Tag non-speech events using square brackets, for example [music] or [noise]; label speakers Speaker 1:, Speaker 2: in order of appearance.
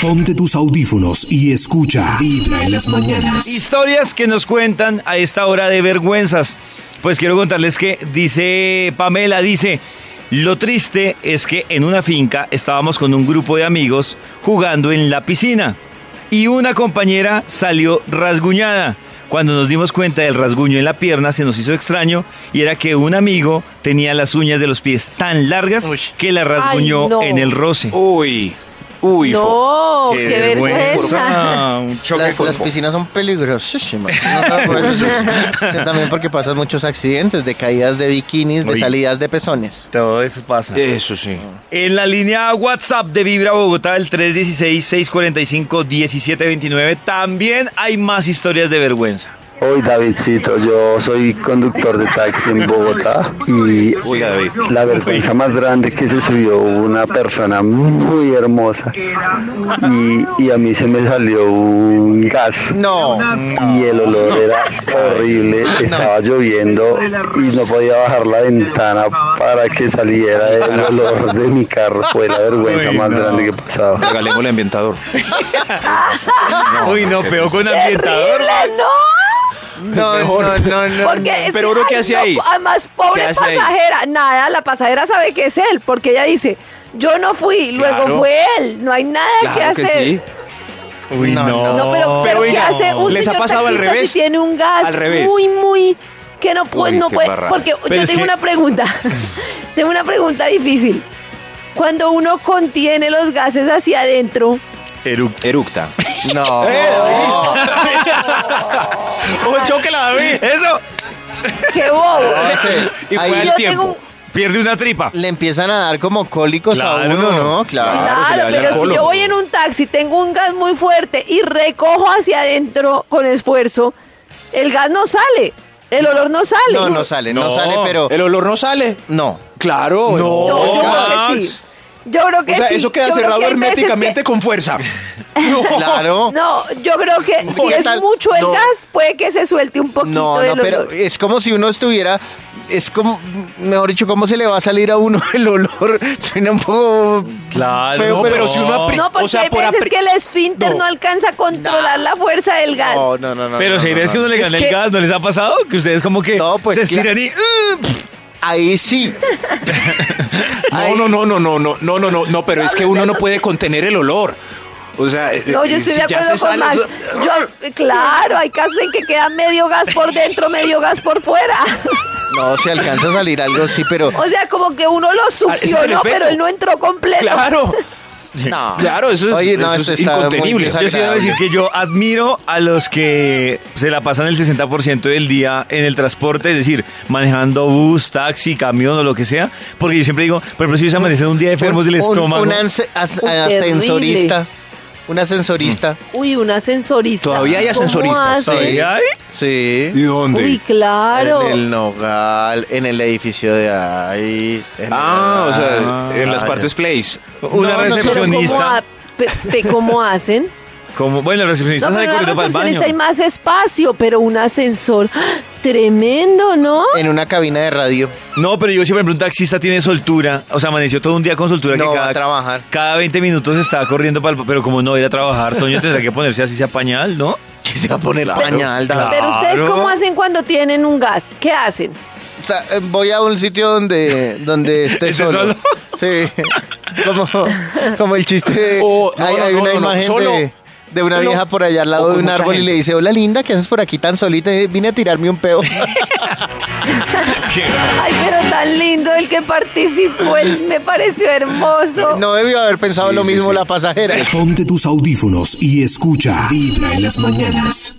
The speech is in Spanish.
Speaker 1: Ponte tus audífonos y escucha Vibra en las mañanas.
Speaker 2: Historias que nos cuentan a esta hora de vergüenzas. Pues quiero contarles que dice Pamela, dice, lo triste es que en una finca estábamos con un grupo de amigos jugando en la piscina y una compañera salió rasguñada. Cuando nos dimos cuenta del rasguño en la pierna se nos hizo extraño y era que un amigo tenía las uñas de los pies tan largas
Speaker 3: Uy.
Speaker 2: que la rasguñó
Speaker 4: no.
Speaker 2: en el roce.
Speaker 3: Uy, uy, fo-
Speaker 4: No, qué, vergüenza.
Speaker 2: vergüenza. Ah, Un choque
Speaker 5: Las,
Speaker 2: con
Speaker 5: las
Speaker 2: fo-
Speaker 5: piscinas son peligrosísimas. No solo por eso, sino También porque pasan muchos accidentes de caídas de bikinis, de
Speaker 2: Uy.
Speaker 5: salidas de pezones.
Speaker 2: Todo eso pasa.
Speaker 3: Eso sí.
Speaker 2: En la línea WhatsApp de Vibra Bogotá, el 316-645-1729, también hay más historias de vergüenza.
Speaker 6: Hoy Davidcito, yo soy conductor de taxi en Bogotá y
Speaker 3: Uy, David.
Speaker 6: la vergüenza más grande que se subió una persona muy hermosa y, y a mí se me salió un gas
Speaker 5: No,
Speaker 6: y el olor era horrible, estaba lloviendo y no podía bajar la ventana para que saliera el olor de mi carro, fue la vergüenza
Speaker 2: Uy,
Speaker 6: más
Speaker 2: no.
Speaker 6: grande que pasaba.
Speaker 3: Regalemos el ambientador.
Speaker 2: Uy, no,
Speaker 3: qué
Speaker 2: peor con ambientador.
Speaker 4: ¡Horrible, no!
Speaker 5: no, no, no, no.
Speaker 4: Porque es
Speaker 3: Pero uno, ¿qué hace
Speaker 4: no,
Speaker 3: ahí?
Speaker 4: además, pobre
Speaker 3: ¿Qué hace ahí?
Speaker 4: pasajera. Nada, la pasajera sabe que es él, porque ella dice, yo no fui, luego
Speaker 3: Claro.
Speaker 4: fue él. No hay nada que
Speaker 3: Claro que
Speaker 4: hacer.
Speaker 3: sí.
Speaker 2: Uy,
Speaker 5: No,
Speaker 2: no.
Speaker 4: No, pero, pero ¿qué
Speaker 3: venga,
Speaker 4: hace un
Speaker 3: ¿les ha
Speaker 4: señor
Speaker 3: pasado al
Speaker 4: taxista
Speaker 3: revés?
Speaker 4: si tiene un gas
Speaker 3: Al revés.
Speaker 4: muy, muy... que no puede...
Speaker 3: Uy,
Speaker 4: no
Speaker 3: qué
Speaker 4: puede
Speaker 3: embarrada.
Speaker 4: porque
Speaker 2: Pero
Speaker 4: yo
Speaker 2: es
Speaker 4: tengo
Speaker 2: que-
Speaker 4: una pregunta. [laughs] tengo una pregunta difícil. Cuando uno contiene los gases hacia adentro,
Speaker 2: Eructa.
Speaker 3: Eructa.
Speaker 5: No. [laughs]
Speaker 3: ¡Ojo, choque la David!
Speaker 2: Eso,
Speaker 4: ¡qué bobo!
Speaker 3: Y
Speaker 5: Ahí
Speaker 3: Ah, fue al
Speaker 4: Yo
Speaker 3: tiempo.
Speaker 4: tengo-
Speaker 2: pierde una tripa.
Speaker 5: le empiezan a dar como cólicos a
Speaker 2: Claro.
Speaker 5: uno, ¿no? Claro.
Speaker 3: Claro, se le
Speaker 4: Claro,
Speaker 3: daña el
Speaker 4: pero si
Speaker 3: colon.
Speaker 4: yo voy en un taxi, tengo un gas muy fuerte y recojo hacia adentro con esfuerzo, el gas no sale, el olor no sale.
Speaker 5: No, no sale, no,
Speaker 2: No.
Speaker 5: sale, pero
Speaker 3: ¿El olor no sale?
Speaker 5: no.
Speaker 3: Claro.
Speaker 4: No,
Speaker 2: No,
Speaker 4: yo creo
Speaker 2: gas.
Speaker 4: que sí. Yo creo que
Speaker 3: Oh, O sea,
Speaker 4: sí.
Speaker 3: eso queda
Speaker 4: Yo creo
Speaker 3: cerrado
Speaker 4: que hay veces
Speaker 3: herméticamente con
Speaker 4: [laughs]
Speaker 3: fuerza. No.
Speaker 4: que-
Speaker 5: Claro.
Speaker 4: No, yo creo que si
Speaker 5: ¿qué
Speaker 4: es
Speaker 5: tal?
Speaker 4: mucho el
Speaker 5: No.
Speaker 4: gas, puede que se suelte un poquito
Speaker 5: No,
Speaker 4: del
Speaker 5: no, pero
Speaker 4: olor.
Speaker 3: eh,
Speaker 5: es como si uno estuviera. Es como, mejor dicho, ¿cómo se le va a salir a uno [laughs] el olor? Suena un poco.
Speaker 2: Claro,
Speaker 5: feo,
Speaker 2: no,
Speaker 5: pero,
Speaker 2: pero
Speaker 5: si uno apri-
Speaker 4: No, porque
Speaker 3: o sea,
Speaker 4: hay
Speaker 3: por
Speaker 4: veces
Speaker 3: apri-
Speaker 4: que el esfínter no,
Speaker 3: No.
Speaker 4: alcanza a controlar la fuerza del gas.
Speaker 5: No, no, no, no,
Speaker 2: pero
Speaker 5: no,
Speaker 2: si
Speaker 5: no,
Speaker 2: ves
Speaker 5: no.
Speaker 2: que no le
Speaker 5: Es
Speaker 2: gana el
Speaker 5: que
Speaker 2: gas, ¿no les ha pasado? Que ustedes como que
Speaker 5: No, pues,
Speaker 2: se estiran y...
Speaker 5: Ahí sí.
Speaker 3: No, no, no, no, no, no, no, no, no, no, pero es que uno no puede contener el olor. O sea,
Speaker 4: No, yo estoy
Speaker 3: eh, si
Speaker 4: de
Speaker 3: ya
Speaker 4: acuerdo
Speaker 3: se
Speaker 4: con
Speaker 3: sale,
Speaker 4: Max. Yo- claro, hay casos en que queda medio gas por dentro, medio gas por fuera.
Speaker 5: No, se alcanza a salir algo, sí, pero.
Speaker 4: O sea, como que uno lo
Speaker 3: ese es el
Speaker 4: succionó,
Speaker 3: efecto.
Speaker 4: pero él no entró completo.
Speaker 3: Claro,
Speaker 5: No.
Speaker 3: claro, eso es,
Speaker 5: Oye, no,
Speaker 3: eso
Speaker 5: esto
Speaker 3: es
Speaker 5: está muy
Speaker 3: incontenible.
Speaker 2: Yo sí debo decir que yo admiro a los que se la pasan el 60% del día en el transporte, es decir, manejando bus, taxi, camión o lo que sea, porque yo siempre digo, por ejemplo, si se amanecen un día enfermos del
Speaker 5: Un- un-
Speaker 2: estómago,
Speaker 5: Un, anse- as-
Speaker 4: Uy,
Speaker 5: ascensorista. Un ascensorista.
Speaker 4: Uy, un ascensorista.
Speaker 3: Todavía hay
Speaker 4: ¿Cómo
Speaker 3: ascensoristas,
Speaker 4: hace?
Speaker 2: ¿todavía hay?
Speaker 5: Sí.
Speaker 3: ¿Y dónde?
Speaker 4: Uy, claro.
Speaker 5: En el Nogal, en el edificio de ahí. en
Speaker 3: Ah,
Speaker 5: el-
Speaker 3: o sea,
Speaker 2: Ah,
Speaker 3: en las
Speaker 2: ya.
Speaker 3: partes place.
Speaker 2: una
Speaker 5: No, no,
Speaker 4: Pero ¿cómo,
Speaker 2: recepcionista,
Speaker 4: ha- pe- pe- cómo hacen?
Speaker 2: como, bueno, el recepcionista
Speaker 4: No,
Speaker 2: sale
Speaker 4: pero una
Speaker 2: corriendo para el baño.
Speaker 4: recepcionista hay más espacio, pero un ascensor. ¡ah! Tremendo, ¿no?
Speaker 5: En una cabina de radio.
Speaker 2: No, pero yo siempre, por ejemplo, un taxista tiene soltura, o sea, amaneció todo un día con soltura
Speaker 5: No
Speaker 2: que
Speaker 5: va a
Speaker 2: cada,
Speaker 5: trabajar.
Speaker 2: cada 20 minutos estaba corriendo para el, pero como no va a ir a trabajar, Toño tendrá que ponerse así sea pañal, ¿no?
Speaker 5: Que se va a poner pañal.
Speaker 2: claro.
Speaker 4: Pero ustedes,
Speaker 2: Claro.
Speaker 4: ¿cómo hacen cuando tienen un gas? ¿Qué hacen?
Speaker 5: O sea, eh, voy a un sitio donde,
Speaker 3: [laughs]
Speaker 5: donde esté
Speaker 2: ¿Esté
Speaker 5: solo.
Speaker 2: solo?
Speaker 5: Sí. Como, como el chiste de.
Speaker 3: O- Oh, no,
Speaker 5: hay
Speaker 3: no,
Speaker 5: hay
Speaker 3: no,
Speaker 5: una
Speaker 3: no, no,
Speaker 5: imagen
Speaker 3: solo.
Speaker 5: de. de una
Speaker 3: Solo.
Speaker 5: vieja por allá al
Speaker 3: O
Speaker 5: lado
Speaker 3: con
Speaker 5: de un
Speaker 3: mucha
Speaker 5: árbol y
Speaker 3: gente.
Speaker 5: le dice, hola linda, ¿qué haces por aquí tan solita? Eh, Vine a tirarme un peo.
Speaker 4: Ay, pero tan lindo el que participó, él me pareció hermoso.
Speaker 5: [laughs] No debió haber pensado
Speaker 3: Sí,
Speaker 5: lo
Speaker 3: sí,
Speaker 5: mismo
Speaker 3: [laughs] sí.
Speaker 5: la pasajera.
Speaker 1: Ponte tus audífonos y escucha Vibra en las mañanas.